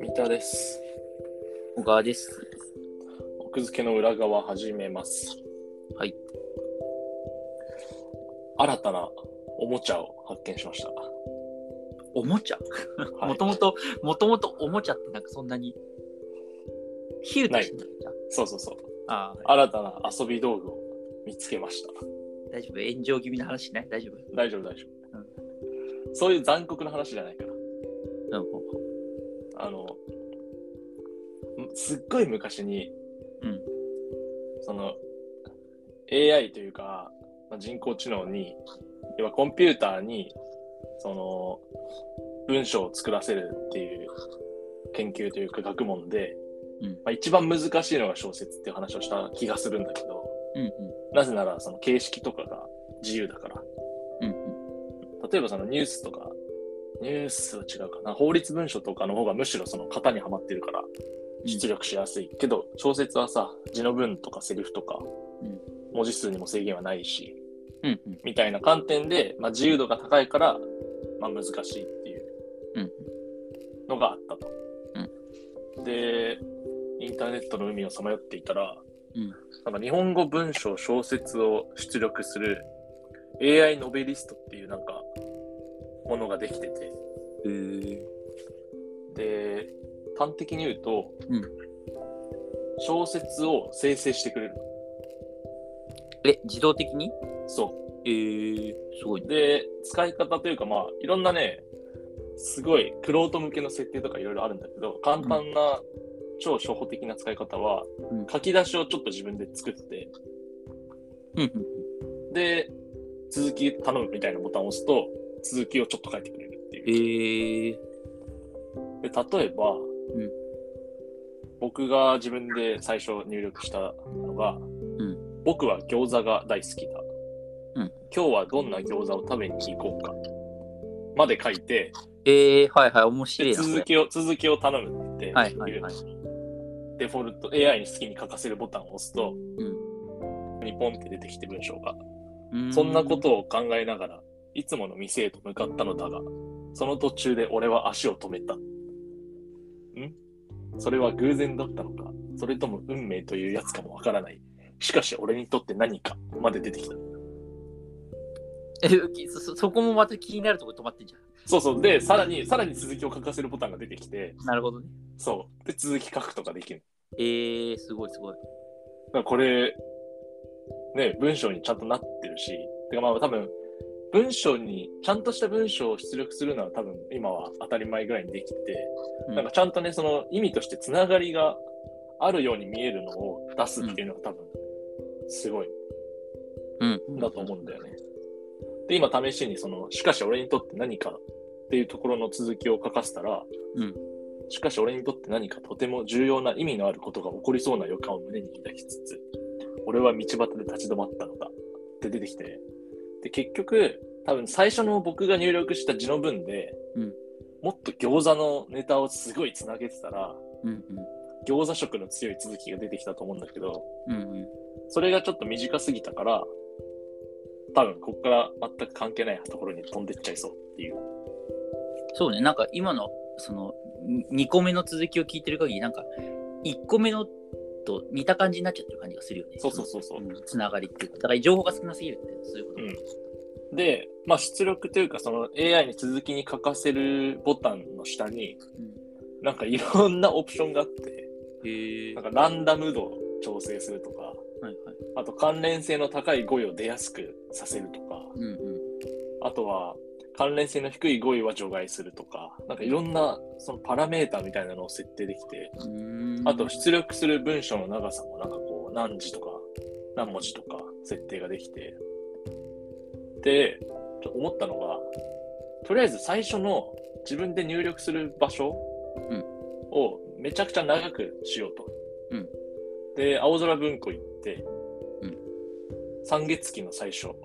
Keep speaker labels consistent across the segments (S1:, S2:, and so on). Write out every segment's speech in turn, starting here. S1: 三田です。
S2: 小川です。
S1: 奥付けの裏側始めます。
S2: はい。
S1: 新たなおもちゃを発見しました。
S2: おもちゃ
S1: はい
S2: もともと、もともとおもちゃってなんかそんなに、比喩としてないじゃん。
S1: そうそうそう。
S2: ああ、
S1: 新たな遊び道具を見つけました。
S2: 大丈夫炎上気味な話しない大丈夫
S1: 大丈夫、大丈夫。そういう残酷な話じゃないから。
S2: うん。
S1: あの、すっごい昔に、
S2: うん
S1: その、AI というか、まあ、人工知能に、要はコンピューターに、その、文章を作らせるっていう研究というか学問で、
S2: うん
S1: まあ、一番難しいのが小説っていう話をした気がするんだけど、
S2: うん
S1: なぜならその形式とかが自由だから。
S2: うん。うん
S1: 例えばそのニュースとか、ニュースは違うかな。法律文書とかの方がむしろその型にはまってるから、出力しやすい。けど、小説はさ、字の文とかセリフとか、
S2: うん
S1: 文字数にも制限はないし、
S2: うん。うんうん。
S1: みたいな観点で、まあ、自由度が高いから、まあ、難しいっていう
S2: うん
S1: のがあったと。で、インターネットの海をさまよっていたら、
S2: うん
S1: なんか日本語文章小説を出力する AI ノベリストっていうなんかものができてて、
S2: うん。へえ。
S1: で、端的に言うと、
S2: うん
S1: 小説を生成してくれる。
S2: え、自動的に
S1: そう。
S2: ええ、すごいね。
S1: で、使い方というか、まあ、いろんなね、すごい、クロート向けの設定とかいろいろあるんだけど、簡単な、超初歩的な使い方は、
S2: うん
S1: 書き出しをちょっと自分で作って、
S2: うんうん
S1: で、続き頼むみたいなボタンを押すと、続きをちょっと書いてくれるって
S2: う
S1: いう。
S2: ん。ええ。
S1: で、例えば、
S2: ん
S1: 僕が自分で最初入力したのが、
S2: ん
S1: 僕は餃子が大好きだ。
S2: うん
S1: 今日はどんな餃子を食べに行こうか。まで書いて、
S2: ええ、はいはい、面白
S1: で
S2: いな。これ
S1: 続きを続きを頼むっていう、
S2: はいはいはい。
S1: デフォルト AI に好きに書かせるボタンを押すと、にポンって出てきて文章が、
S2: う
S1: そんなことを考えながらいつもの店へと向かったのだがその途中で俺は足を止めたんそれは偶然だったのかそれとも運命というやつかもわからないしかし俺にとって何かまで出てきた
S2: えそそそこもまた気になるとこ止まってんじゃん。
S1: そうそうでさらにさらに続きを書かせるボタンが出てきて
S2: なるほどね。
S1: そうで続き書くとかできる
S2: ええ、すごいすごい。
S1: だからこれ、ね、文章にちゃんとなってるし、てかまあ多分、文章に、ちゃんとした文章を出力するのは多分今は当たり前ぐらいにできて、
S2: うん
S1: なんかちゃんとね、その意味としてつながりがあるように見えるのを出すっていうのが多分、すごい
S2: うん。
S1: んだと思うんだよね。で、今試しにその、しかし俺にとって何かっていうところの続きを書かせたら、
S2: うん
S1: しかし俺にとって何かとても重要な意味のあることが起こりそうな予感を胸に抱きつつ、俺は道端で立ち止まったのだって出てきて、で、結局、多分最初の僕が入力した字の文で、
S2: うん
S1: もっと餃子のネタをすごい繋げてたら、
S2: うん
S1: 餃子色の強い続きが出てきたと思うんだけど、
S2: うん。うんうん。
S1: それがちょっと短すぎたから、多分ここから全く関係ないところに飛んでっちゃいそうっていう。
S2: そうね、なんか今のその2個目の続きを聞いてる限り、なんか1個目のと似た感じになっちゃってる感じがするよね。
S1: そうそうそうそう。
S2: んつながりっていうか、だから情報が少なすぎるっていう、そういうこと。
S1: うんで、まあ出力というかその AI に続きに書かせるボタンの下に、なんかいろんなオプションがあって、
S2: うんへえ。
S1: なん
S2: は
S1: かランダム度を調整するとか、
S2: いはい。
S1: あと関連性の高い語彙を出やすくさせるとか、
S2: うんうん。
S1: あとは関連性の低い語彙は除外するとか、なんかいろんなそのパラメーターみたいなのを設定できて、
S2: うーん
S1: あと、出力する文章の長さもなんかこう何字とか何文字とか設定ができてでちょっと思ったのがとりあえず最初の自分で入力する場所
S2: うん
S1: をめちゃくちゃ長くしようと、
S2: うん
S1: で青空文庫行って、
S2: うん
S1: 三月期の最初を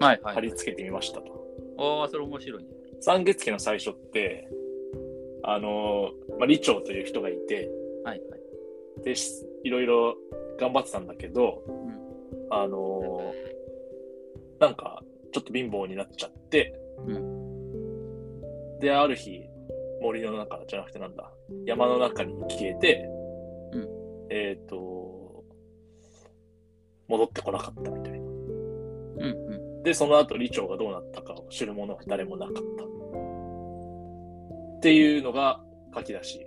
S2: はいはい
S1: 貼り付けてみましたと、
S2: ああ、それ面白いね。
S1: 三月期の最初ってあのーまあ、李長という人がいて、
S2: はいはい。
S1: でしいろいろ頑張ってたんだけど、
S2: ん
S1: あのーなんかちょっと貧乏になっちゃって、
S2: う
S1: で、ある日、森の中じゃなくてなんだ、山の中に消えて、
S2: うん
S1: えっ、と、戻ってこなかったみたいな。
S2: うんう
S1: で、その後、李長がどうなったかを知る者は誰もなかった。っていうのが書き出し。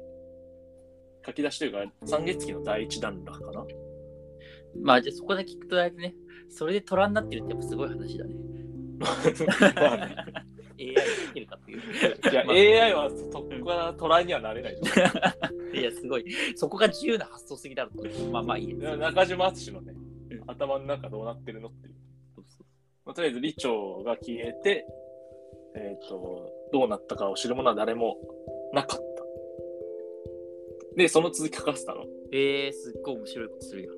S1: 書き出しというか、三月期の第一段落かな。
S2: ん。まあじゃあそこだけ聞くとだいぶね、それで虎になってるってやっぱすごい話だね。
S1: まあね
S2: AI ができるかっていう。
S1: いや、
S2: まあ
S1: AI はそこからトライにはなれないと思
S2: いや、すごい。そこが自由な発想すぎだろうと。まあまあいいや。
S1: う。中島敦のね
S2: うん、
S1: 頭の中どうなってるのっていう。
S2: そうそう
S1: まあ、とりあえず、李長が消えて、えっ、と、どうなったかを知る者は誰もなかった。で、その続き書かせたの。
S2: えー、すっごい面白いことするよ。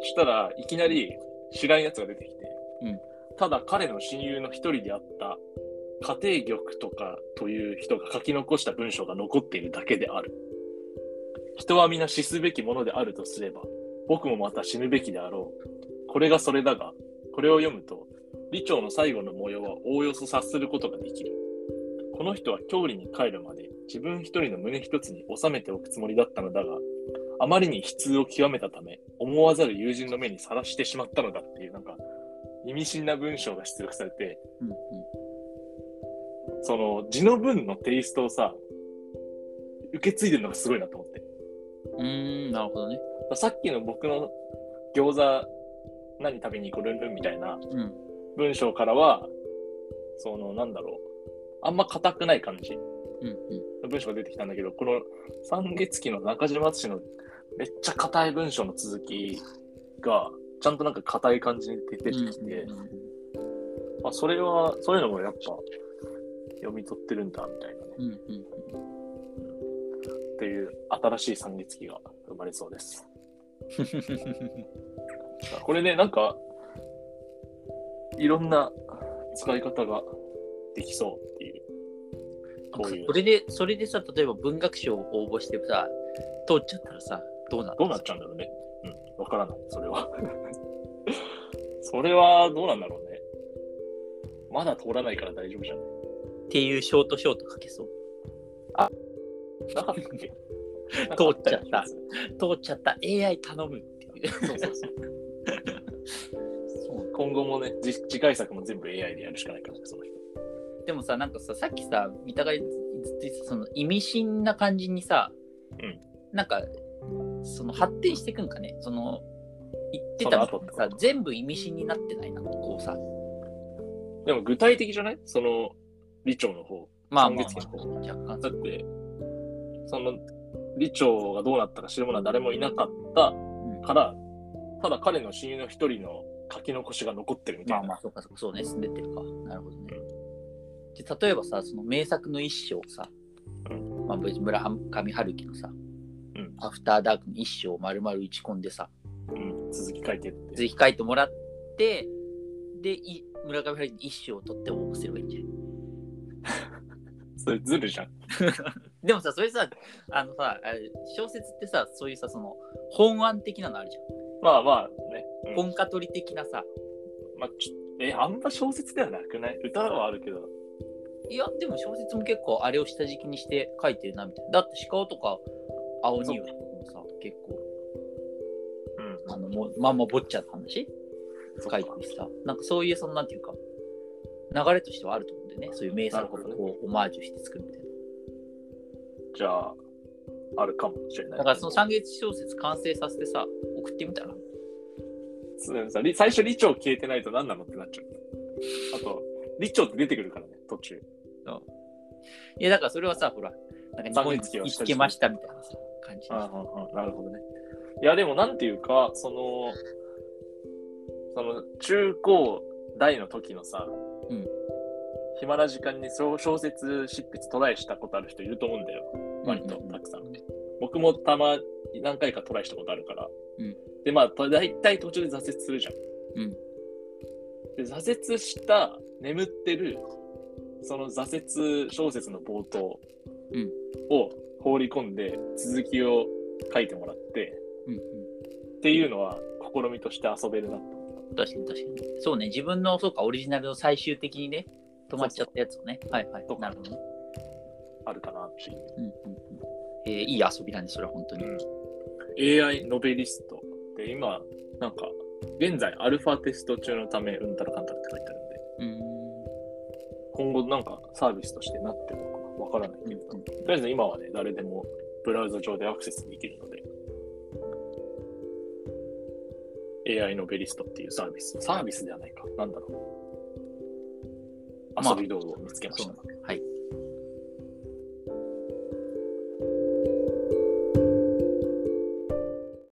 S1: そしたらいきなり知らんやつが出てきて、
S2: うん
S1: ただ彼の親友の一人であった家庭玉とかという人が書き残した文章が残っているだけである。人は皆死すべきものであるとすれば、僕もまた死ぬべきであろう。これがそれだが、これを読むと、李長の最後の模様はおおよそ察することができる。この人は郷里に帰るまで自分一人の胸一つに収めておくつもりだったのだが、あまりに悲痛を極めたため、思わざる友人の目にさらしてしまったのだっていう、なんか、意味深な文章が出力されて、
S2: うんうん。
S1: その、字の文のテイストをさ、受け継いでるのがすごいなと思って。
S2: うーん、なるほどね。
S1: さっきの僕の餃子、何食べに行こう、ルンルンみたいな
S2: うん。
S1: 文章からは、その、なんだろう、あんま硬くない感じ
S2: うんうん。
S1: の文章が出てきたんだけど、この三月期の中島敦のめっちゃ硬い文章の続きが、ちゃんとなんか硬い感じに出てきて、
S2: うんうんうん
S1: まあ、それは、そういうのもやっぱ、読み取ってるんだ、みたいなね。
S2: うんうん
S1: っていう、新しい三月期が生まれそう です。これね、なんか、いろんな使い方ができそうっていう。こういう
S2: それで、それでさ、例えば文学賞を応募してさ、通っちゃったらさ、どうなる
S1: どうなっちゃうんだろうね。うん、わからない、それは。 それは、どうなんだろうね。まだ通らないから大丈夫じゃない
S2: っていうショートショート書けそう。
S1: なかったっけ
S2: 通っちゃった通っちゃった、AI 頼むっていう。
S1: そうそうそう。そう今後もね、じ次回作も全部 AI でやるしかないからね、その人。
S2: でもさ、なんかさ、さっきさ、三鷹がずっと言ってたその意味深な感じにさ、
S1: うん
S2: なんか、その発展していくんかね、その、言ってたの
S1: その後ってこと
S2: さ、全部意味深になってないな、こうさ。
S1: でも具体的じゃないその、理長の方。
S2: まあま
S1: 今
S2: あ
S1: 月、
S2: まあ、若干
S1: だって、その、理長がどうなったか知る者は誰もいなかった
S2: うん
S1: から、ただ彼の親友の一人の書き残しが残ってるみたいな。
S2: まあまあ、そうか、そうかそうね、住んでってるか。なるほどね。で例えばさ、その名作の一章さ、
S1: う
S2: まあ、別に村上春樹のさ、
S1: うん
S2: アフターダークの一章を丸々打ち込んでさ、
S1: うん、続き書いてって。
S2: ぜひ書いてもらって、で、い村上春樹の一章を取って応募すればいいんじゃない
S1: それずるじゃん。
S2: でもさ、それさ、あのさ、あれ小説ってさ、そういうさ、その、本案的なのあるじゃ
S1: まあまあね。うん
S2: ん。本家取り的なさ、
S1: まあ、ちょえ、あんま小説ではなくない歌はあるけど。
S2: いや、でも小説も結構あれを下敷きにして書いてるなみたいな。だって鹿尾とか青鬼とかもさ、結構、
S1: うん。
S2: あの、もうまんま坊っちゃの話
S1: そっ
S2: 書
S1: か
S2: いてるしさ、なんかそういう、そのなんていうか、流れとしてはあると思うんだよね。そういう名作を
S1: なる
S2: こうオマージュして作るみたいな。
S1: じゃあ、あるかもしれない。
S2: だからその三月小説完成させてさ、送ってみたら。
S1: そうさり最初、理長消えてないと何なのってなっちゃう。あと、理長って出てくるからね、途中。
S2: いや、だからそれはさ、ほら、なんか日本
S1: 三月期を
S2: につけましたみたいなさ、感じ。
S1: なるほどね。いや、でも、なんていうか、その、その、中高大の時のさ、
S2: うん
S1: 暇な時間に小小説執筆トライしたことある人いると思うんだよ。割と
S2: うんうんうん
S1: たくさん。僕もたま、何回かトライしたことあるから。
S2: うん
S1: で、まあ、と大体途中で挫折するじゃん。
S2: うん
S1: で、挫折した、眠ってる、その挫折小説の冒頭
S2: うん
S1: を放り込んで、続きを書いてもらって、
S2: うんうん。
S1: っていうのは試みとして遊べるなと思っ
S2: 確かに確かに。そうね、自分の、そうか、オリジナルの最終的にね、止まっちゃったやつをね。はいはい
S1: と。か
S2: なるほどね。
S1: あるかなっていう。
S2: うんうんうんえーいい遊びなんで、それは本当に。
S1: AI ノベリストで今なんか現在アルファテスト中のためうんたらかんたらって書いてあるんで
S2: うん。
S1: 今後なんかサービスとしてなってるのかなわからないけれど、とりあえず今はね誰でもブラウザ上でアクセスできるので AI ノベリストっていうサービスサービスではないかなんだろう
S2: まあ
S1: 遊び道具を見つけました、
S2: そう